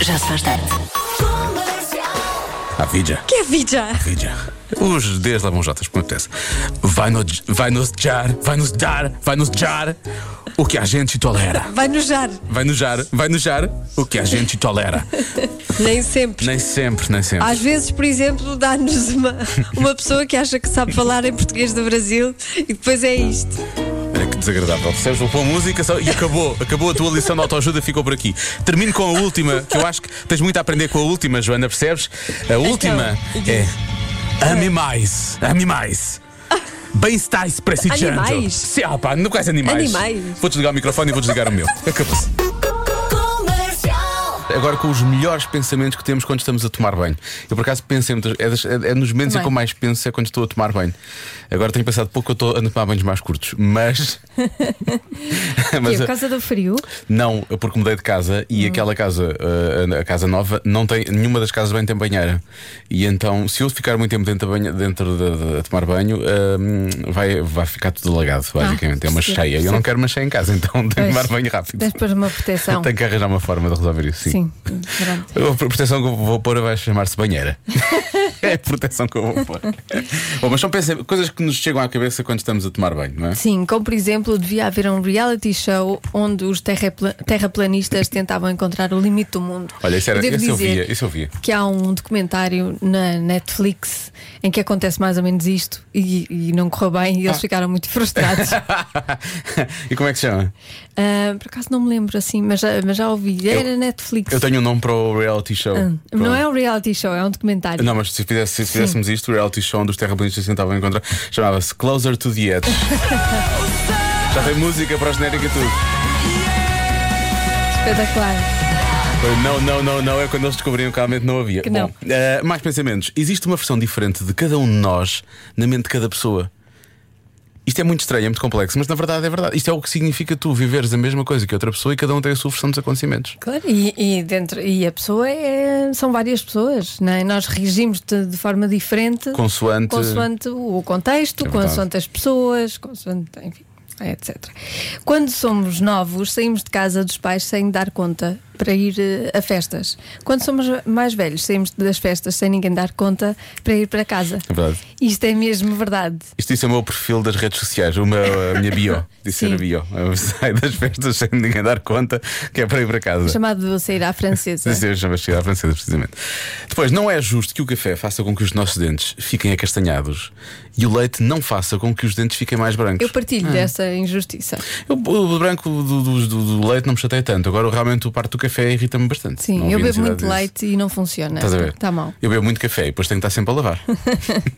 Já se faz tarde. A vida. Que é vida? Vida. Os Ds lá vão Jotas, como acontece. Vai, no, vai nos jar, vai nos dar, vai nos jar o que a gente tolera. Vai nojar. Vai nos jar, vai nos jar o que a gente tolera. Nem sempre. Nem sempre, nem sempre. Às vezes, por exemplo, dá-nos uma, uma pessoa que acha que sabe falar em português do Brasil e depois é isto. Olha que desagradável. Percebes uma boa música só- e acabou. Acabou a tua lição de autoajuda, ficou por aqui. Termino com a última, que eu acho que tens muito a aprender com a última, Joana, percebes? A Então, última é. Ame mais. Ame mais. Bem-estais para si, Animais? Sim, ah, pá, não quais animais. Animais. Vou desligar o microfone e vou desligar o meu. Acabou-se. Agora com os melhores pensamentos que temos quando estamos a tomar banho. Eu por acaso pensei muitas é, das- é- é nos momentos em que eu mais penso é quando estou a tomar banho. Agora tenho pensado pouco, eu estou a tomar banhos mais curtos, mas. E mas é- eh, por Hum. causa do frio? não, porque mudei de casa e aquela casa, eh, a casa nova, não tem nenhuma das casas bem tem banheira. E então, se eu ficar muito tempo dentro, da banha- dentro de, de- a tomar banho, ah, vai, vai ficar tudo alagado, basicamente. é uma percebo, cheia. Eu não percebo. quero uma cheia em casa, então tenho que Ah, Pois. tomar banho rápido. Tens de pôr uma proteção. Tenho que arranjar uma forma de resolver isso, sim. Sim, pronto. A proteção que eu vou pôr vai chamar-se banheira. é a proteção que eu vou pôr. Bom, mas são pensa- coisas que nos chegam à cabeça quando estamos a tomar banho, não é? Sim, como por exemplo, devia haver um reality show onde os terrapla- terraplanistas tentavam encontrar o limite do mundo. Olha, isso, era, devo isso eu dizer via, isso eu via. Que há um documentário na Netflix em que acontece mais ou menos isto e, e não correu bem e Ah. eles ficaram muito frustrados. e como é que se chama? Ah, por acaso não me lembro assim, mas já, mas já ouvi. Era Netflix. Eu tenho um nome para o reality show. Não é um reality show, é um documentário. Não, mas se, fizesse- se fizéssemos isto, o reality show onde os terraplanistas tentavam encontrar chamava-se Closer to the Edge. Já tem música para a genérica e tudo. Espetacular. Foi Não, não, não, não, é quando eles descobriram que realmente não havia. Que não. Bom, eh, mais pensamentos. Existe uma versão diferente de cada um de nós na mente de cada pessoa. Isto é muito estranho, é muito complexo, mas na verdade é verdade. Isto é o que significa tu viveres a mesma coisa que outra pessoa e cada um tem a sua versão dos acontecimentos. Claro, e, e dentro, e a pessoa é- são várias pessoas, não é? nós reagimos de, de forma diferente Consoante- consoante o contexto, É verdade. consoante as pessoas, consoante, enfim, etc. Quando somos novos, saímos de casa dos pais sem dar conta para ir eh, a festas. Quando somos mais velhos, saímos das festas sem ninguém dar conta para ir para casa. É verdade. Isto é mesmo verdade. Isto disse é o meu perfil das redes sociais, o meu, a minha bio. Disse Sim. era bio. Eu saio das festas sem ninguém dar conta, que é para ir para casa. Chamado de sair à francesa. Sim, sim, chama-se cidade francesa, precisamente. Depois, não é justo que o café faça com que os nossos dentes fiquem acastanhados e o leite não faça com que os dentes fiquem mais brancos. Eu partilho dessa injustiça. Eu- o, branco do, do- do- do leite não me chateia tanto, agora realmente o parte do café irrita-me bastante. Sim, Não havia eu bebo necessidade muito disso. leite e não funciona. Estás a ver? Está mal. Eu bebo muito café e depois tenho que estar sempre a lavar.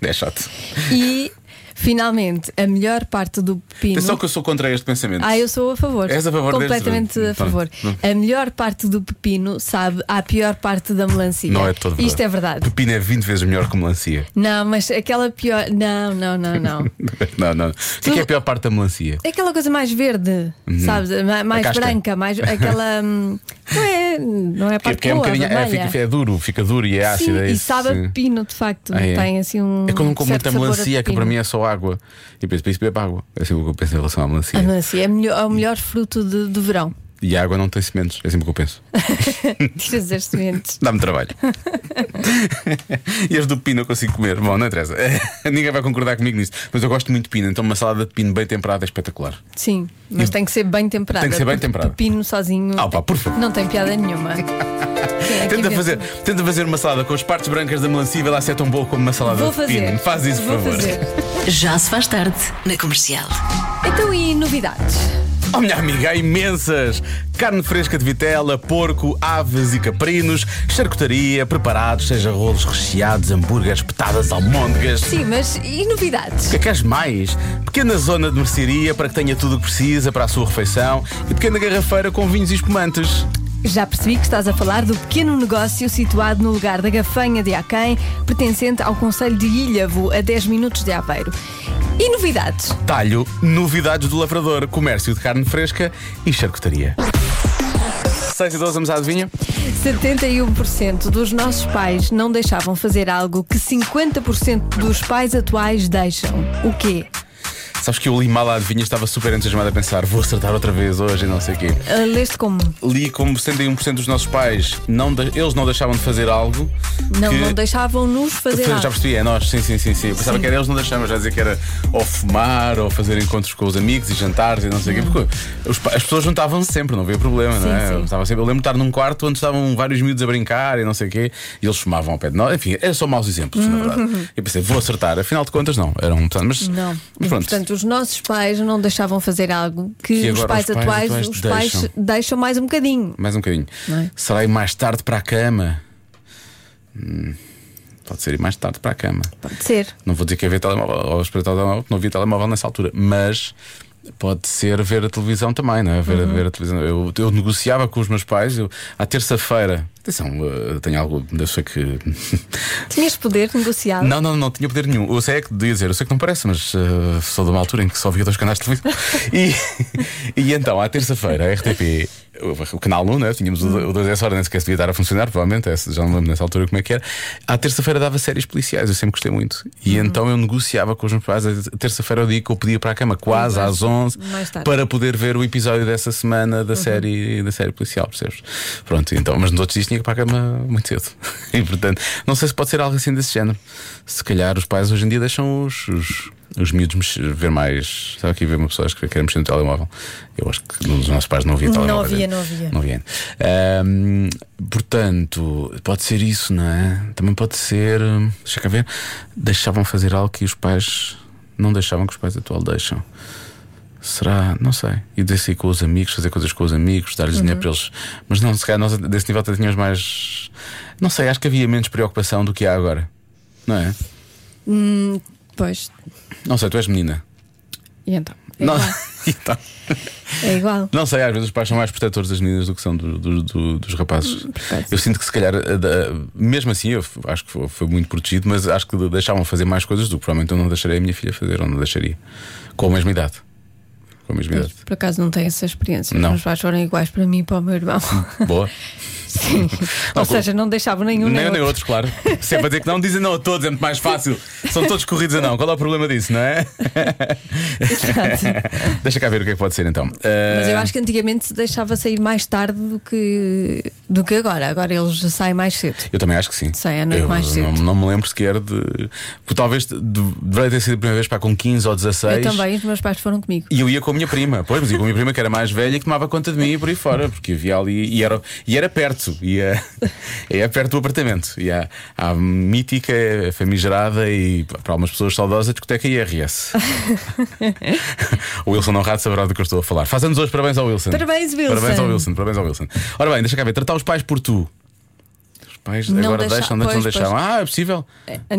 é chato. E finalmente, a melhor parte do pepino. Atenção É que eu sou contra este pensamento. Ah, eu sou a favor. És a favor deste? Completamente a Pronto. favor. A melhor parte do pepino sabe à pior parte da melancia. Não é todo verdade. Isto é verdade. Pepino é 20 vezes melhor que melancia. Não, mas aquela pior. Não, não, não, não. não, não. O que é, que é a pior parte da melancia? É Aquela coisa mais verde, sabes? Ma- Mais Uhum. casca. branca, mais aquela. hum, Não é, não é a Que é, parte porque é um boa, bocadinho. É, vermelha. fica, é duro, fica duro e é Sim, ácido. é e isso, sabe sim. a pepino, de facto. Ah, é? Tem assim um. É quando não como certo muita sabor a melancia, que para pepino. mim é só água. E penso, para isso bebo água. É sempre o que eu penso em relação à melancia. A melancia é, melhor- é o melhor fruto de- do verão. E a água não tem sementes, é sempre o que eu penso. Tiras as sementes. Dá-me trabalho. e as do pino eu consigo comer. Bom, não interessa. Ninguém vai concordar comigo nisso. Mas eu gosto muito de pino, então uma salada de pino bem temperada é espetacular. Sim, mas tem que ser bem temperado. Tem que ser bem temperado. Pepino sozinho. Ah, pá, por favor. Não tem piada nenhuma. Quem é que Tenta inventa? fazer, tenta fazer uma salada com as partes brancas da melancia e vê lá se é tão boa como uma salada Vou de fazer. pino. Faz isso, por Vou favor. fazer. Já se faz tarde na comercial. Então, e novidades? Oh, minha amiga, há imensas! Carne fresca de vitela, porco, aves e caprinos, charcutaria, preparados, seja rolos recheados, hambúrgueres, petadas, almôndegas. Sim, mas e O novidades? que é que queres mais? Pequena zona de mercearia para que tenha tudo o que precisa para a sua refeição e pequena garrafeira com vinhos e espumantes. Já percebi que estás a falar do pequeno negócio situado no lugar da Gafanha de Aquém, pertencente ao Conselho de Ilhavo, a 10 minutos de Aveiro. E novidades? Talho, novidades do lavrador, comércio de carne fresca e charcutaria. 6 e 12, vamos à adivinha? 71% dos nossos pais não deixavam fazer algo que 50% dos pais atuais deixam. O quê? Sabes que eu li mal a adivinha, estava super entusiasmado a pensar, vou acertar outra vez hoje e não sei o quê. Ah, leste como? Li como 71% dos nossos pais, não de- eles não deixavam de fazer algo. Não, que- não deixavam-nos fazer Foi- nada. Já percebi, é nós, sim, sim, sim, sim. Eu pensava que era eles não deixavam, já dizia que era ou fumar, ou fazer encontros com os amigos e jantares e não sei o quê. Porque os pa- as pessoas juntavam-se sempre, não havia problema, não é? sim. Eu, estava sempre, eu lembro de estar num quarto onde estavam vários miúdos a brincar e não sei o quê, e eles fumavam ao pé de nós. Enfim, eram só maus exemplos, na verdade. Eu pensei, vou acertar, afinal de contas, não. Eram, portanto, mas, Não. mas pronto. Portanto, os nossos pais não deixavam fazer algo que, Que os, agora pais os pais atuais, atuais os pais deixam. deixam. mais um bocadinho. Mais um bocadinho. Não é? Será ir mais tarde para a cama? Hum, pode ser ir mais tarde para a cama. Pode ser. Não vou dizer que havia telemóvel ou espreitar o telemóvel, porque não havia telemóvel nessa altura, mas pode ser ver a televisão também, não é? Ver, Uhum. ver a televisão. Eu, eu negociava com os meus pais, eu, à terça-feira. Atenção, eu tenho algo. Eu sei que. Tinhas poder negociado. Não, não, não tinha poder nenhum. Eu sei é que devia dizer, eu sei que não parece, mas eh, sou de uma altura em que só via dois canais de televisão. E, e então, à terça-feira, a RTP, o, o canal 1, né? tínhamos o, o 2 essa hora, nem sequer se devia estar a funcionar, provavelmente, essa- já não lembro nessa altura como é que era. À terça-feira dava séries policiais, eu sempre gostei muito. E então eu negociava com os meus pais, a terça-feira é o dia que eu podia ir para a cama, quase às 11, Mais tarde. Uhum. para poder ver o episódio dessa semana da, série, da série policial, percebes? Pronto, então, mas nos outros dias tinha que ir para a cama muito cedo. E portanto, não sei se pode ser algo assim desse género. Se calhar os pais hoje em dia deixam os, os, os miúdos mexer- ver mais. Sabe aqui ver uma pessoa que quer mexer no telemóvel? Eu acho que nos nossos pais Então, não havia telemóvel. ainda. Não havia, não havia. Não havia. ainda. Ahm, portanto, pode ser isso, não é? Também pode ser. hum, Deixa cá ver. Deixavam fazer algo que os pais não deixavam que os pais atual deixam. Será? Não sei. E desse com os amigos, fazer coisas com os amigos, dar-lhes Uhum. dinheiro para eles. Mas não, se calhar nós desse nível até tínhamos mais. Não sei, acho que havia menos preocupação do que há agora. Não é? Pois. Não sei, tu és menina. E então? É Não, igual. Então, É igual. não sei, às vezes os pais são mais protetores das meninas do que são do- do- do- dos rapazes. Hum, Eu sinto que se calhar, a da- mesmo assim, eu f- acho que foi, foi muito protegido, mas acho que deixavam fazer mais coisas do que provavelmente eu não deixaria a minha filha fazer, ou não deixaria. Com a mesma idade. Com a mesma idade. Por acaso não tenho essa experiência. Não. Os meus pais foram iguais para mim e para o meu irmão. Boa. Sim. Não, Ou com- seja, não deixavam nenhum Nem um nem eu nem outros, outro. claro. Se é para dizer que não, dizem não a todos, é muito mais fácil. São todos corridos a não. Qual é o problema disso, não é? Deixa cá ver o que é que pode ser então. Mas Eh, eu acho que antigamente se deixava sair mais tarde do que, do que agora. Agora eles já saem mais cedo. Eu também acho que sim. Sei, à noite eu mais cedo. não, não me lembro sequer de. Porque talvez de- deveria ter sido a primeira vez para com 15 ou 16. Eu também, os meus pais foram comigo. E eu ia com a minha prima, pois, mas ia com a minha prima que era mais velha e que tomava conta de mim e por aí fora, porque havia ali e era, e era perto, ia, ia perto do apartamento. E há há a mítica, famigerada e para algumas pessoas saudosa, discoteca IRS. o Wilson Honrado saberá do que eu estou a falar. Fazemos hoje parabéns ao Wilson. Parabéns, Wilson. Parabéns ao Wilson, parabéns ao Wilson. Ora bem, deixa cá ver, tratar os pais por tu. Os pais Não agora deixa- deixam, antes não pois, deixavam. pois. Ah, é possível. Antig-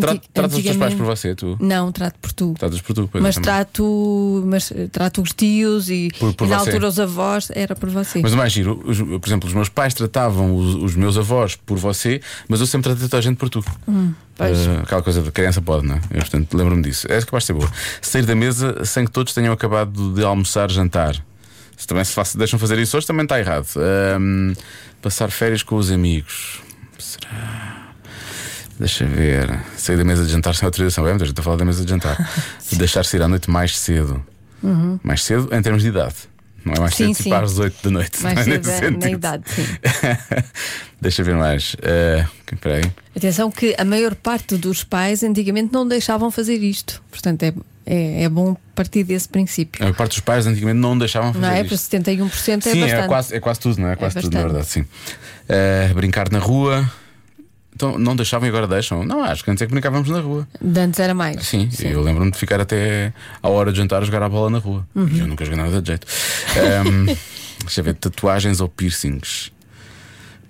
Tra- Tratas os teus pais antigamente- por você, tu. Não, trato por tu. Tratas por tu, pois Mas exatamente. trato, mas eh, trato os tios e, Por- por e na você. altura os avós, era por você. Mas o mais giro, os- por exemplo, os meus pais tratavam os, os meus avós por você, mas eu sempre tratei toda a gente por tu. Hum, pois. Eh, aquela coisa de criança pode, não é? Eu, portanto, lembro-me disso. É capaz de ser boa. Sair da mesa sem que todos tenham acabado de almoçar, jantar. Se também se faça- deixam fazer isso hoje, também está errado. Ahm, passar férias com os amigos. Será? Deixa ver. Sair da mesa de jantar sem autorização. É, mas eu estou a falar da mesa de jantar. Deixar-se ir à noite mais cedo. Mais cedo em termos de idade. Não é mais Uhum. Sim, cedo tipo sim. às 8 da noite. Mais não é cedo, nesse é, na sentido. idade, sim. Deixa ver mais. Eh, Espera aí. Atenção que a maior parte dos pais antigamente não deixavam fazer isto. Portanto, é, é, é bom partir desse princípio. A parte dos pais antigamente não deixavam fazer Não é? isto. Para 71% é Sim, bastante. é quase, é quase tudo, não é? É quase tudo, na bastante. verdade, sim. Eh, brincar na rua. Então, não deixavam e agora deixam? Não, acho que antes é que brincávamos na rua. De antes era mais. Sim, eu lembro-me de ficar até à hora de jantar a jogar a bola na rua. Uhum. E eu nunca joguei nada de jeito. Ahm, deixa eu ver, tatuagens ou piercings.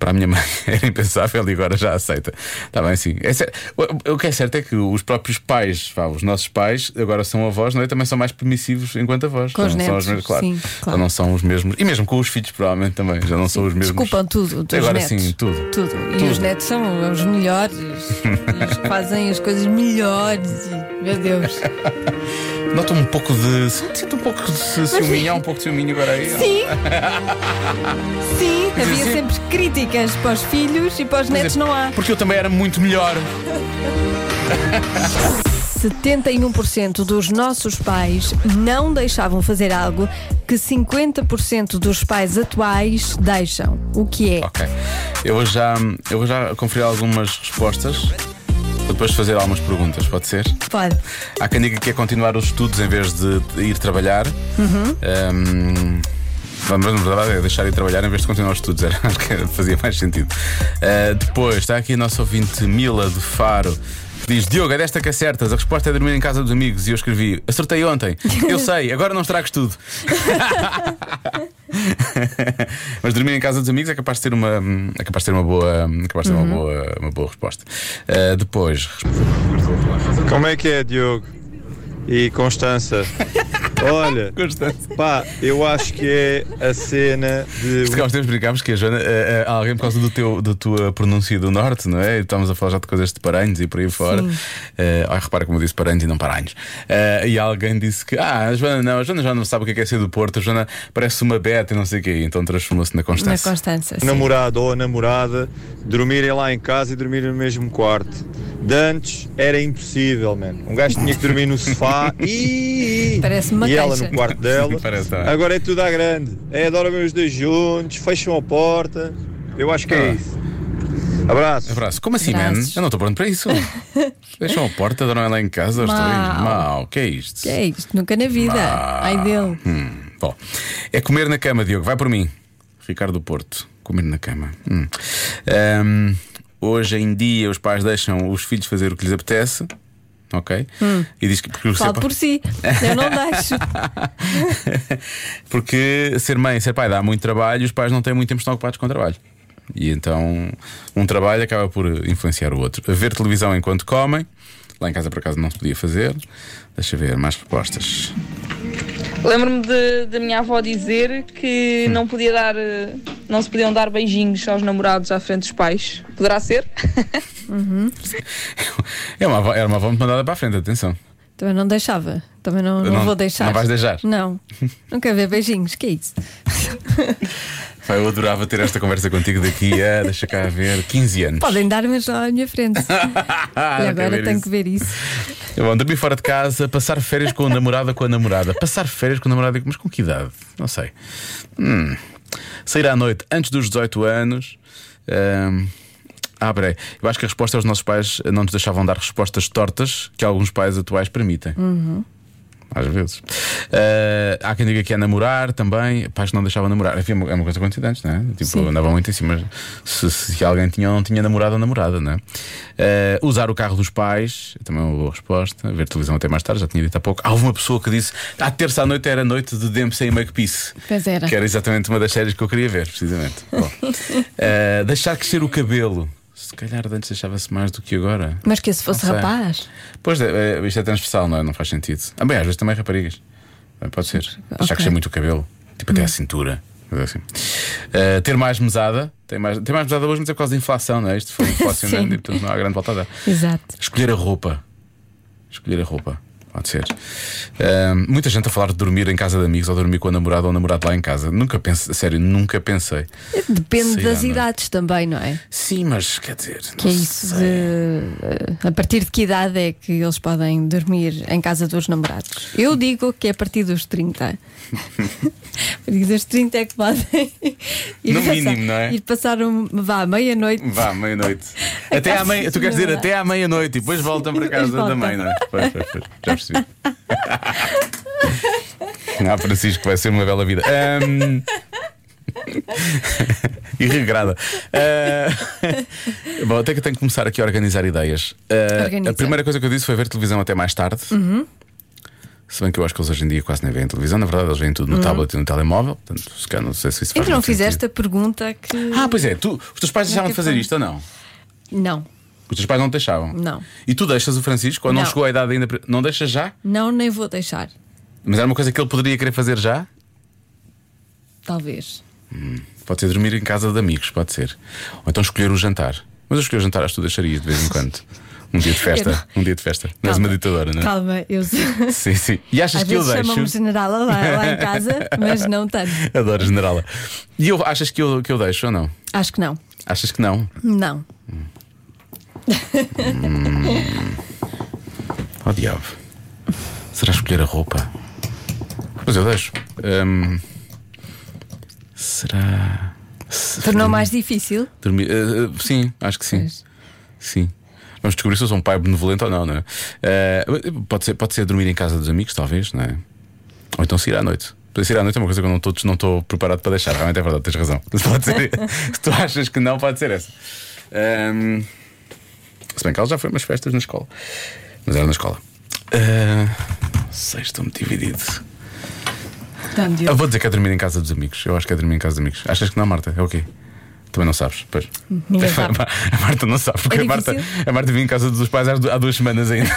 Para a minha mãe era impensável e agora já aceita. Está bem, sim. É cer- o, o que é certo é que os próprios pais, vá, os nossos pais, agora são avós, não é? Também são mais permissivos enquanto avós. Com os Já não são netos, mesmos- claro. sim, Já claro. não são os mesmos. E mesmo com os filhos, provavelmente também. Já não são os mesmos. Desculpam tudo. dos Agora netos. sim, tudo. Tudo. E os netos são os melhores. Eles fazem as coisas melhores. E, meu Deus. Noto um pouco de. Sinto um pouco de ciúminho, há um pouco de ciúminho agora aí. Sim. Sim, havia assim- é- sempre críticas para os filhos e para os netos não há. Porque eu também era muito melhor. 71% dos nossos pais não deixavam fazer algo que 50% dos pais atuais deixam. O que é? Ok. Eu vou já, eu vou já conferir algumas respostas para depois fazer algumas perguntas, pode ser? Pode. Há quem diga que é continuar os estudos em vez de ir trabalhar. Uhum. Hum, Ahm, Vamos, na verdade, é deixar de ir trabalhar em vez de continuar os estudos, era, acho que fazia mais sentido. Ah, depois, está aqui a nossa ouvinte Mila de Faro, que diz: Diogo, é desta que acertas, a resposta é dormir em casa dos amigos. E eu escrevi: Acertei ontem, eu sei, agora não estragas tudo. Mas dormir em casa dos amigos é capaz de ter uma, é capaz de ter uma, boa, é capaz de ter uma, boa, uma boa resposta. Ah, depois, Como é que é, Diogo? E Constança? Olha, Constança. pá, eu acho que é a cena de. um Porque há uns tempos brincámos que a Joana, eh, eh, há alguém por causa do teu, da tua pronúncia do norte, não é? E Estávamos a falar já de coisas de Paranhos e por aí fora. Eh, ai, repara como eu disse Paranhos e não Paranhos. Eh, e alguém disse que, ah, a Joana não, a Joana já não sabe o que é, que é ser do Porto, a Joana parece uma beta e não sei o quê. Então transformou-se na Na Constância. Constança. sim. namorado ou a namorada dormirem lá em casa e dormirem no mesmo quarto. De antes era impossível, mano. Um gajo tinha que dormir no sofá e, Parece uma e ela caixa. no quarto dela. Parece, tá. Agora é tudo à grande. É, adoram os dois juntos, fecham a porta. Eu acho que Ah. é isso. Abraço. Abraço. Como assim, man? Abraços. Eu não estou pronto para isso. Deixam a porta, dormem lá em casa, estou Mau. mal. Que é isto? Que é isto? Nunca na vida. Ah. Ai dele. Hum, bom. É comer na cama, Diogo. Vai por mim. Ricardo Porto. Comer na cama. Hum. Ahm, hoje em dia os pais deixam os filhos fazer o que lhes apetece. Ok? E diz que porque, o ser Falo pa- por si. Eu não deixo. porque ser mãe, ser pai dá muito trabalho e os pais não têm muito tempo estão ocupados com o trabalho. E então um trabalho acaba por influenciar o outro. Ver televisão enquanto comem. Lá em casa por acaso não se podia fazer. Deixa eu ver mais respostas. Lembro-me de- da minha avó dizer que não podia dar, eh, não se podiam dar beijinhos aos namorados à frente dos pais. Poderá ser? É uma, avó- era uma avó muito mandada para a frente, atenção. Também não deixava. Também não, não, Não- vou deixar. não vais deixar? Não. Não quero ver beijinhos. Que é isso? Pá, eu adorava ter esta conversa contigo daqui a, deixa cá ver, 15 anos. Podem dar, mas não à minha frente. Ah, e não quero agora ver tenho isso. que ver isso. Bom, dormir fora de casa, passar férias com o namorado ou com a namorada. Passar férias com o namorado, mas com que idade? Não sei. Hum. Sair à noite antes dos 18 anos. Ahm, Ah, peraí. Eu acho que a resposta é os nossos pais não nos deixavam dar respostas tortas que alguns pais atuais permitem. Às vezes. Ah, há quem diga que é namorar também. Pais que não deixavam namorar. Enfim, é uma é uma coisa com antes, não é? Tipo, andavam muito em cima. Se, se alguém tinha ou não tinha namorado ou namorada, não é? Ah, usar o carro dos pais, também é uma boa resposta. Ver televisão até mais tarde, já tinha dito há pouco. Há uma pessoa que disse: à terça à noite era noite de Dempsey e Makepeace. Pois era. Que era exatamente uma das séries que eu queria ver, precisamente. Bom. Ah, deixar crescer o cabelo. Se calhar antes deixava-se mais do que agora. Mas que se fosse Não sei. rapaz. Pois, é, é, isto é transversal, não é? Não faz sentido. Ah, bem, às vezes também raparigas. Bem, Pode ser. Ok. Hum. Já crescer muito o cabelo, tipo até à cintura. mas é Assim. Ah, ter mais mesada. Tem mais, tem mais mesada hoje, mas é por causa da inflação, não é? Isto foi inflacionando Sim. e portanto não há grande volta a dar. Exato. Escolher a roupa. Escolher a roupa. Pode ser. Ah, muita gente a falar de dormir em casa de amigos ou dormir com a namorada ou o namorado lá em casa. Nunca pensei, sério, nunca pensei. É, Depende Sair à das noite. idades também, não é? Sim, mas quer dizer. Que é isso de. eh, A partir de que idade é que eles podem dormir em casa dos namorados? Eu digo que é a partir dos 30. a partir dos 30 é que podem. ir No passar- mínimo, não é? Ir passar um, vá, meia-noite. Vá, meia-noite. Até à meia, tu queres dizer até à meia-noite e depois voltam para depois casa voltam. também, não é? Pois, pois, pois, já percebi. Ah, Francisco, vai ser uma bela vida. Ahm. E regrada. Ah, Bom, até que tenho que começar aqui a organizar ideias. Ah, Organiza. Uhum. A primeira coisa que eu disse foi ver televisão até mais tarde. Se bem que eu acho que eles hoje em dia quase nem veem televisão, na verdade eles veem tudo no tablet e no telemóvel. Portanto, se calhar não sei se isso faz Ainda não muito sentido. Uhum. Então, fizeste a pergunta que. Ah, pois é, tu, os teus pais deixavam de fazer isto ou não? Não. Os teus pais não te deixavam? Não. E tu deixas o Francisco? Ou não, Não. chegou à idade ainda? para- Não deixas já? Não, nem vou deixar. Mas era uma coisa que ele poderia querer fazer já? Talvez. Pode ser dormir em casa de amigos, pode ser. Ou então escolher o jantar. Mas eu escolher o jantar acho que tu deixarias de vez em quando. Um dia de festa. Um dia de festa. Não és uma ditadora, não é? Calma, eu. Sim, sim. E achas Às que eu vezes chamam-me deixo? general lá, lá em casa, mas não tanto. Adoro generala. E eu, achas que eu, que eu deixo ou não? Acho que não. Achas que não? Não. Oh diabo. Será escolher a roupa? Mas eu deixo. Hum, será. se- Tornou mais difícil? Dormir. eh, eh, sim, acho que sim. Pois. Sim. Vamos descobrir se eu sou um pai benevolente ou não, não é? Eh, pode, ser, pode ser dormir em casa dos amigos, talvez, não é? Ou então se ir à noite. Pois ir à noite é uma coisa que eu não estou não estou preparado para deixar. Realmente é verdade, tens razão. Mas Pode ser. se tu achas que não, pode ser essa. Ahm, se bem que ela já foi a umas festas na escola. Mas era na escola. Ah, não sei, estou-me dividido. Eu vou dizer que é dormir em casa dos amigos. Eu acho que é dormir em casa dos amigos. Achas que não, Marta? É o quê? Também não sabes, pois. Ninguém sabe. A Marta não sabe, porque É a, Marta, difícil? a Marta vinha em casa dos pais há du- há duas semanas ainda.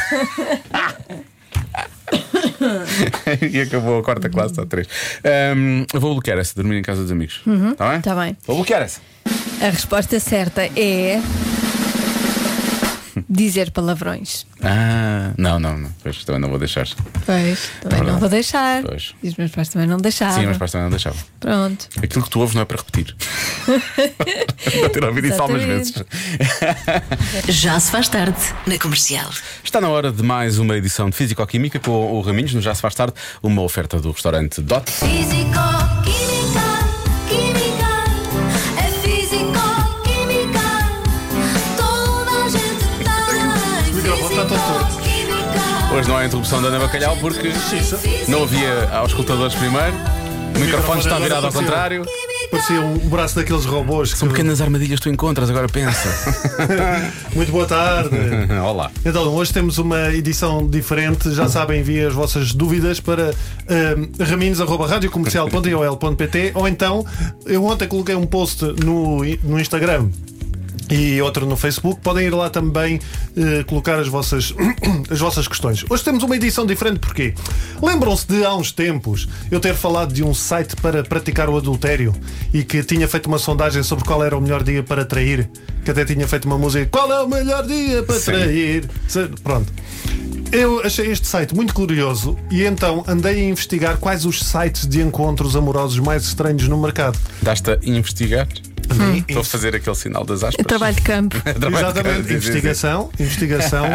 e acabou a quarta classe, está três. Ahm, eu vou bloquear essa, dormir em casa dos amigos. Está bem? Tá bem. Vou bloquear essa. A resposta certa é. Dizer palavrões. Ah, não, não, não. Pois também não vou deixar. Ah, Pois, também Verdade. não vou deixar. Pois. E os meus pais também não deixaram. Sim, mas pais também não deixavam. Pronto. Aquilo que tu ouves não é para repetir. para ter ouvido isso algumas Exatamente. vezes. Já se faz tarde na comercial. Está na hora de mais uma edição de Físico-Química com o Raminhos, no Já Se Faz Tarde, uma oferta do restaurante Dot. Físico, química, química, é físico, química. Toda a gente tem físico, química. Hoje não há interrupção da Ana Bacalhau porque não havia aos escutadores primeiro. O microfone está virado ao contrário. Parecia um braço daqueles robôs. Que... São pequenas armadilhas que tu encontras, agora pensa. Muito boa tarde. Olá. Então, hoje temos uma edição diferente. Já sabem, enviem as vossas dúvidas para um, raminhos.radiocomercial.iol.pt ou então, eu ontem coloquei um post no, no Instagram e outro no Facebook. Podem ir lá também eh, colocar as vossas, as vossas questões. Hoje temos uma edição diferente, porquê? Lembram-se de há uns tempos eu ter falado de um site para praticar o adultério e que tinha feito uma sondagem sobre qual era o melhor dia para trair? Que até tinha feito uma música: Qual é o melhor dia para Sim. trair? Se- Pronto. Eu achei este site muito curioso e então andei a investigar quais os sites de encontros amorosos mais estranhos no mercado. Estás-te a investigar? Estou a fazer aquele sinal das aspas. Trabalho de campo. Trabalho de casa, sim, Hum. Exatamente, sim, investigação, investigação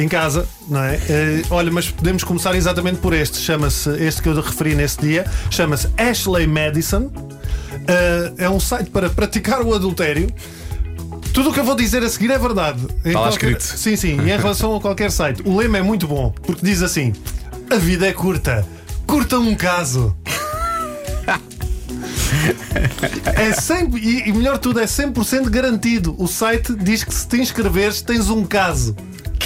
em casa, não é? Eh, olha, mas podemos começar exatamente por este, chama-se, este que eu referi nesse dia, chama-se Ashley Madison. Eh, é um site para praticar o adultério. Tudo o que eu vou dizer a seguir é verdade. Em Está lá qualquer- escrito. Sim, sim, e em relação a qualquer site. O lema é muito bom, porque diz assim: a vida é curta, curta um caso. É sempre, e, e melhor tudo, é 100% garantido. O site diz que se te inscreveres, tens um caso.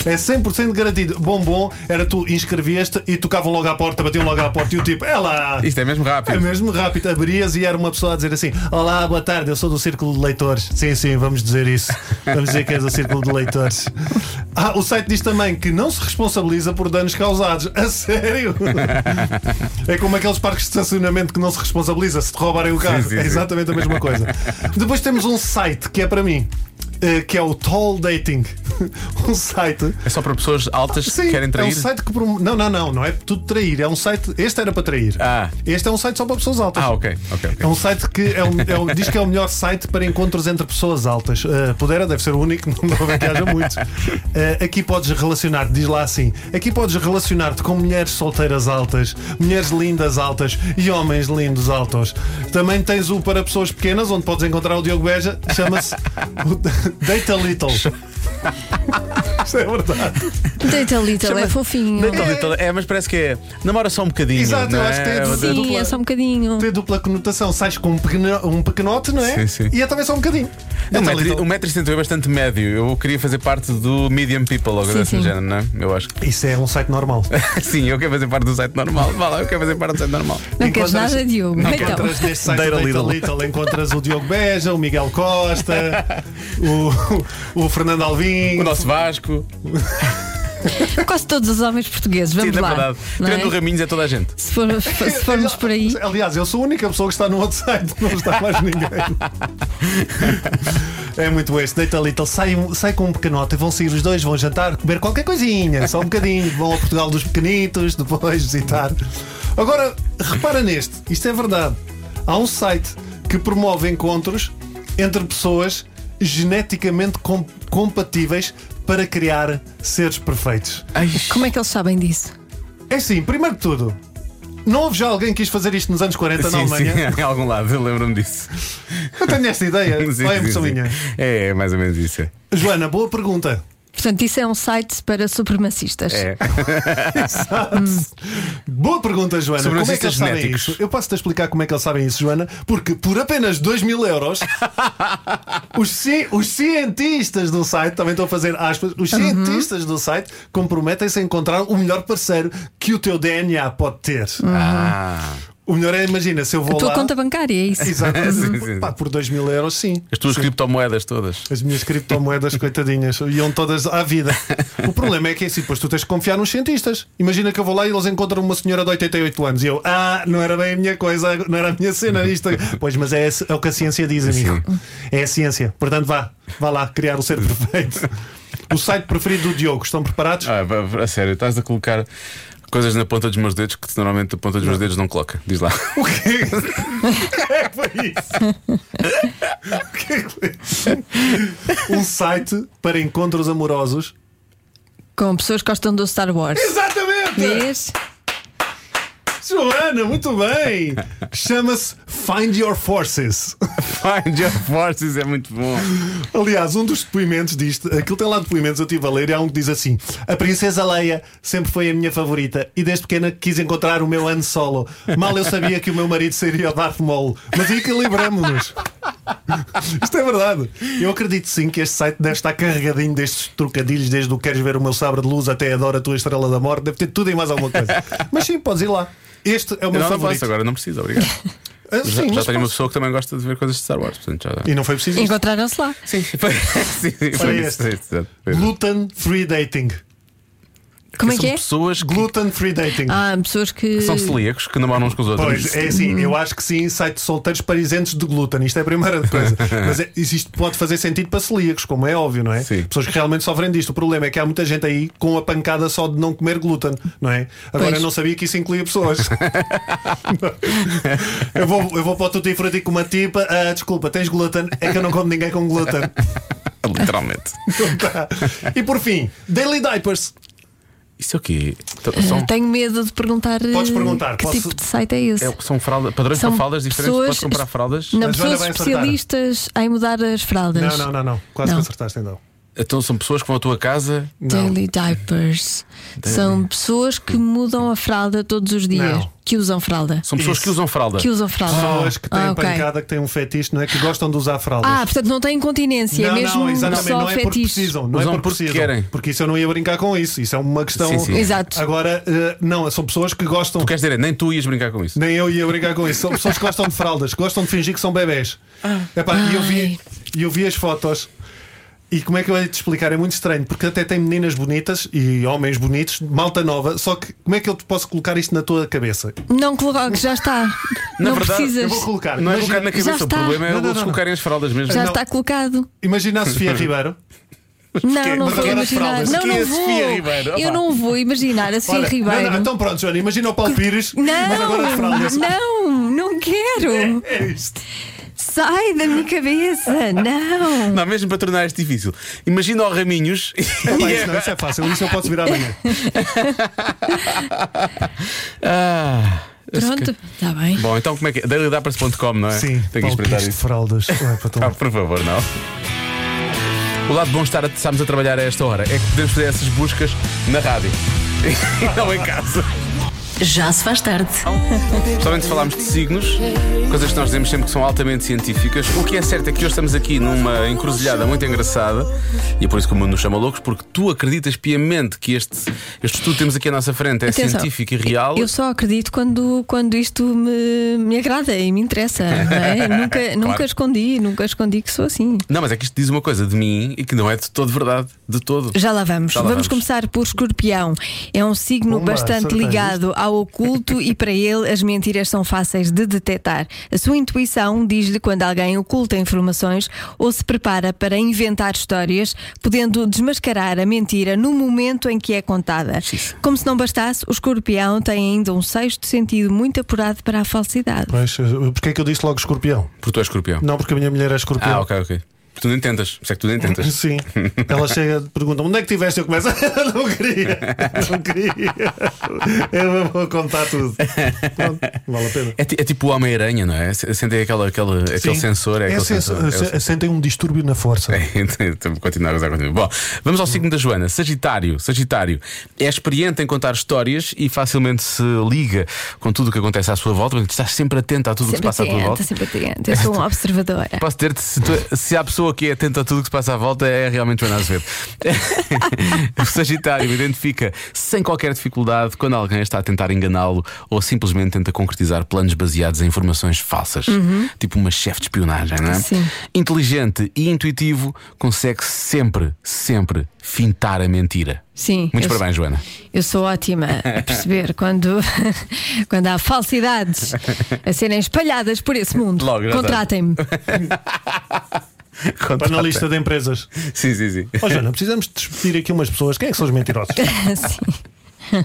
É 100% garantido. Bom, bom, era tu inscrevias-te e tocavam logo à porta, batiam logo à porta e o tipo, é lá. Isto é mesmo É rápido. mesmo rápido, abrias e era uma pessoa a dizer assim: Olá, boa tarde, eu sou do Círculo de Leitores. Sim, sim, vamos dizer isso. Vamos dizer que és do Círculo de Leitores. Ah, o site diz também que não se responsabiliza por danos causados. A sério? É como aqueles parques de estacionamento que não se responsabiliza se te roubarem o carro. Sim, sim, É sim. exatamente a mesma coisa. Depois temos um site que é para mim. eh, Que é o Tall Dating. Um site É só para pessoas altas que querem trair. é um site que promove. Não, não, não, não é tudo trair. É um site. Este era para trair. Ah. Este é um site só para pessoas altas. Ah, ok, ok, ok. É um site que é um- é um- diz que é o melhor site para encontros entre pessoas altas. Eh, pudera, deve ser o único, não deve que haja muitos. Eh, aqui podes relacionar, diz lá assim: aqui podes relacionar-te com mulheres solteiras altas, mulheres lindas altas e homens lindos altos. Também tens o para pessoas pequenas, onde podes encontrar o Diogo Beja, chama-se o Data Little. Isso é verdade. Deita Little, é fofinho. Deita ali toda- É, mas parece que é. Namora só um bocadinho. um Exato, não eu acho que tem de- é? Sim, Sim, é só um bocadinho. tem dupla conotação. Sais com um, pequeno, um pequenote, não Sim, é? sim. E é também só um bocadinho. Um Então, metro, então, um metro e setenta é bastante médio. Eu queria fazer parte do medium people, logo Sim, desse sim. género, não é? Eu acho que. Isso é um site normal. Sim, eu quero fazer parte do site normal. Vá lá, eu quero fazer parte do site normal. Não queres Encontras- nada, Diogo? Então, Encontras neste site Data Data Little. Little. encontras o Diogo Beja, o Miguel Costa, o, o Fernando Alvim. O nosso Vasco. quase todos os homens portugueses, Sim, vamos na lá. verdade. não Tirando é? o Raminhos é toda a gente. se, for- se formos por aí. Aliás, eu sou a única pessoa que está no outro site, não está mais ninguém. É muito este, Data Little, sai, sai com um pequenote e vão sair os dois, vão jantar, comer qualquer coisinha, só um bocadinho, vão ao Portugal dos pequenitos, depois visitar. Agora, repara neste, isto é verdade. Há um site que promove encontros entre pessoas geneticamente com- compatíveis para criar seres perfeitos. Como é que eles sabem disso? É assim, primeiro de tudo, não houve já alguém que quis fazer isto nos anos 40 na Sim, Alemanha? sim, em algum lado, eu lembro-me disso. Eu tenho essa ideia. Sim, né? É, Olha a sim, impressão sim. minha. É, é mais ou menos isso. é. Joana, boa pergunta. Portanto, isso é um site para supremacistas. É. Boa pergunta, Joana. Como é que Supremacistas eles sabem genéticos. isso? Eu posso-te explicar como é que eles sabem isso, Joana, porque por apenas 2 mil euros, os, ci- os cientistas do site, também estou a fazer aspas, os Uhum. cientistas do site comprometem-se a encontrar o melhor parceiro que o teu DNA pode ter. Ah, O melhor é, imagina, se eu vou A tua lá. conta bancária, é isso? Exato. Sim, sim. Pá, por 2 mil euros, sim. as tuas criptomoedas todas. As minhas criptomoedas, coitadinhas, iam todas à vida. O problema é que é assim, depois tu tens que confiar nos cientistas. Imagina que eu vou lá e eles encontram uma senhora de 88 anos e eu, ah, não era bem a minha coisa, não era a minha cena isto. Pois, mas é, esse- é o que a ciência diz, amigo. É a ciência. Portanto, vá, vá lá criar o ser perfeito. O site preferido do Diogo, estão preparados? Ah, a- a sério, estás a colocar coisas na ponta dos meus dedos que normalmente a ponta dos meus dedos não coloca. Diz lá. O quê? O que é que foi isso? O que é que foi isso? Um site para encontros amorosos. Com pessoas que gostam do Star Wars. Exatamente! Vês? Joana, muito bem! Chama-se Find Your Forces. Find your forces é muito bom. Aliás, um dos depoimentos disto, aquilo tem lá depoimentos, eu estive a ler, e há um que diz assim: A Princesa Leia sempre foi a minha favorita e desde pequena quis encontrar o meu Han Solo. Mal eu sabia que o meu marido seria o Darth Maul, mas equilibramos-nos. Isto é verdade. Eu acredito sim que este site deve estar carregadinho destes trocadilhos, desde o Queres Ver o Meu Sabre de Luz até Adoro a Tua Estrela da Morte, deve ter tudo e mais alguma coisa. Mas sim, podes ir lá. Este é Eu o meu não, não favorito. posso agora, não preciso, obrigado. Ah, Já, já sim, mas tenho uma posso. pessoa que também gosta de ver coisas de Star Wars, portanto já. E não foi preciso. isto. Encontraram-se lá. Sim, foi, sim, sim, foi Olha isso. este. foi isso, exato, foi isso. Gluten free dating. Como é São que é? pessoas que Gluten free dating. Ah, pessoas que. são celíacos que não moram uns com os outros. Pois, é assim, eu acho que sim, site de solteiros para isentos de glúten, isto é a primeira coisa. Mas é, isto pode fazer sentido para celíacos, como é óbvio, não é? Sim. Pessoas que realmente sofrem disto. O problema é que há muita gente aí com a pancada só de não comer glúten, não é? Agora Pois. eu não sabia que isso incluía pessoas. eu, vou, eu vou para o Tutti Frutti com uma tipa, ah, desculpa, tens glúten? É que eu não como ninguém com glúten. é. Literalmente. Não dá. e por fim, Daily Diapers. Isso é o quê? Então, Ah, São, Tenho medo de perguntar. eh, Podes perguntar, Que posso- tipo de site é esse? é- são fralda- padrões São para fraldas diferentes? Podes pessoas- comprar fraldas? Não, A Joana pessoas vai acertar. especialistas em mudar as Não, fraldas. não, não, não. Quase Não. que acertaste então. Então são pessoas que vão à tua casa. Daily diapers. São pessoas que mudam a fralda todos os dias. Não. Que usam fralda. São pessoas Isso. que usam fralda. Que usam fralda. Pessoas que têm ah, ok. pancada, que têm um fetiche, não é? Que gostam de usar fraldas. Ah, portanto não tem incontinência, não, é mesmo não, exatamente, só não é porque fetiche. precisam, não é Usam porque, porque precisam, querem. Porque isso eu não ia brincar com isso, isso é uma questão. Sim, sim. Exato. Agora, eh, não, são pessoas que gostam. Tu queres dizer, é, nem tu ias brincar com isso. Nem eu ia brincar com isso. São pessoas que gostam de fraldas, que gostam de fingir que são bebés. Ah. Epá, e eu vi, e eu vi as fotos. E como é que eu ia te explicar? É muito estranho, porque até tem meninas bonitas e homens bonitos, malta nova. Só que como é que eu te posso colocar isto na tua cabeça? Não coloca, já está. Na não verdade, Eu precisas. vou colocar. Não é Imagina- colocar na cabeça, o está. problema é Não, não, eles não. colocarem as fraldas mesmo. Já Não. está colocado. Imagina a Sofia Ribeiro. Não, não Mas é vou agora imaginar. fraldas. Não, Quem é não a vou. Sofia Ribeiro? Eu Opa. não vou imaginar a Sofia Olha, Ribeiro. não, não, então pronto, Joana, imagina o Paulo Pires, mas agora de fraldas. Não, não quero. É isto. Sai da minha cabeça. Não. Não, é mesmo para tornar isto difícil. Imagina o Raminhos. É pá, isso, não, isso é fácil, isso eu posso virar amanhã. Ah, Pronto, está bem. Bom, então como é que é? DailyDappers.com, não é? Sim, Tenho que Paulo espreitar Pires de isso. fraldas. Ué, pá, tão- Ah, por favor, não. O lado bom de estar a, estarmos a trabalhar a esta hora é que podemos fazer essas buscas na rádio e não em casa. Já se faz tarde. Somente falámos de signos, coisas que nós dizemos sempre que são altamente científicas. O que é certo é que hoje estamos aqui numa encruzilhada muito engraçada e é por isso que o mundo nos chama loucos, porque tu acreditas piamente que este, este estudo que temos aqui à nossa frente é Atenção. científico e real. Eu só acredito quando, quando isto me, me agrada e me interessa. não é? nunca, nunca escondi, nunca escondi que sou assim. Não, mas é que isto diz uma coisa de mim e que não é de todo verdade, de todo. Já lá vamos. Já lá vamos, vamos. começar por escorpião. É um signo Pumba, bastante acertei ligado ao oculto e para ele as mentiras são fáceis de detectar. A sua intuição diz-lhe quando alguém oculta informações ou se prepara para inventar histórias, podendo desmascarar a mentira no momento em que é contada. Como se não bastasse, o escorpião tem ainda um sexto sentido muito apurado para a falsidade. Pois, eh, Porquê é que eu disse logo escorpião? Porque tu és escorpião. Não, porque a minha mulher é escorpião. Ah, ok, ok. Porque tu nem tentas. Por isso é que tu nem tentas. Sim. Ela chega e pergunta onde é que tiveste? Eu começo, não queria, não queria. Eu vou contar tudo. Pronto, vale a pena. É, ti- é tipo o Homem-Aranha, não é? Se- Sentem aquela, aquela, aquele Sim. sensor. É, aquele sensor. é o sensor. Sentem um distúrbio na força. É, então, continuar a usar, continuar. Bom, vamos ao signo da Joana. Sagitário. Sagitário é experiente em contar histórias e facilmente se liga com tudo o que acontece à sua volta. Portanto, Estás sempre atento a tudo o que se Sempre passa à tua volta. atenta, sempre atenta. Eu sou uma observadora. Posso dizer-te se, tu- se há pessoa que é atenta a tudo o que se passa à volta é realmente Joana Azevedo. o Sagitário identifica sem qualquer dificuldade quando alguém está a tentar enganá-lo ou simplesmente tenta concretizar planos baseados em informações falsas, tipo uma chefe de espionagem, não é? Uhum. Sim. Inteligente e intuitivo, consegue sempre, sempre fintar a mentira. Sim. Muitos eu sou- parabéns, Joana. Eu sou ótima a perceber quando, quando há falsidades a serem espalhadas por esse mundo. Logo, já está. Contratem-me. Panelista de empresas. Sim, sim, sim. Ó Joana, precisamos despedir aqui umas pessoas. Quem é que são os mentirosos? Sim.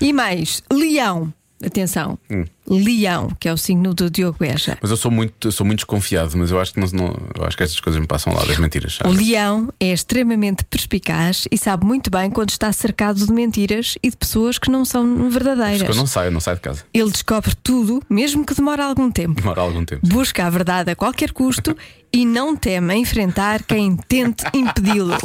E mais, leão. Atenção. Hum. Leão, que é o signo do Diogo Beja. Mas eu sou muito, eu sou muito desconfiado, mas eu acho que não, não- eu acho que estas coisas me passam lá das mentiras. O às vezes. leão é extremamente perspicaz e sabe muito bem quando está cercado de mentiras e de pessoas que não são Porque eu verdadeiras. não saio, não saio de casa. Ele descobre tudo, mesmo que demore algum tempo. Demora algum tempo. Busca a verdade a qualquer custo e não teme enfrentar quem tente impedi-lo.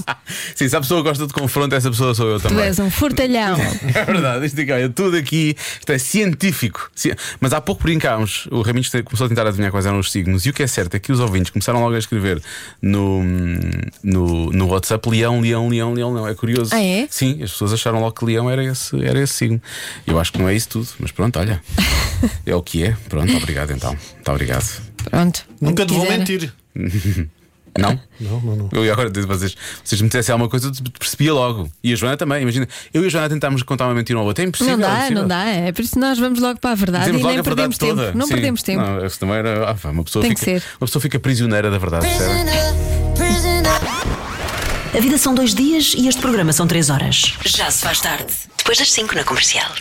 Sim, se a pessoa gosta de confronto, essa pessoa sou eu Tu também. és um fortalhão. É verdade, isto aqui, olha, tudo aqui isto é científico. Ci- Mas há pouco brincámos, o Raminhos te- começou a tentar adivinhar quais eram os signos, e o que é certo é que os ouvintes começaram logo a escrever no, no, no WhatsApp leão, leão, leão, leão, leão. É curioso. Ah, é? Sim, as pessoas acharam logo que leão era esse, era esse signo. Eu acho que não é isso tudo, mas pronto, olha. É o que é. Pronto, obrigado então. Muito obrigado. Pronto. Nunca te vou Quiser. mentir. Não? Não, não, não. Eu ia agora dizer vocês, vocês me dissessem alguma coisa, eu percebia logo. E a Joana também, imagina. Eu e a Joana tentámos contar uma mentira ou outra. É impossível. Não dá, impossível. não dá. É por isso nós vamos logo para a verdade Dizemos e logo nem a verdade perdemos tempo. toda. Não Sim. perdemos tempo. Não, isso também era. ah, uma, pessoa Tem que fica, ser. uma pessoa fica prisioneira da verdade, percebe? Prisoner, prisoner. A vida são dois dias e este programa são três horas. Já se faz tarde. Depois das cinco na comercial.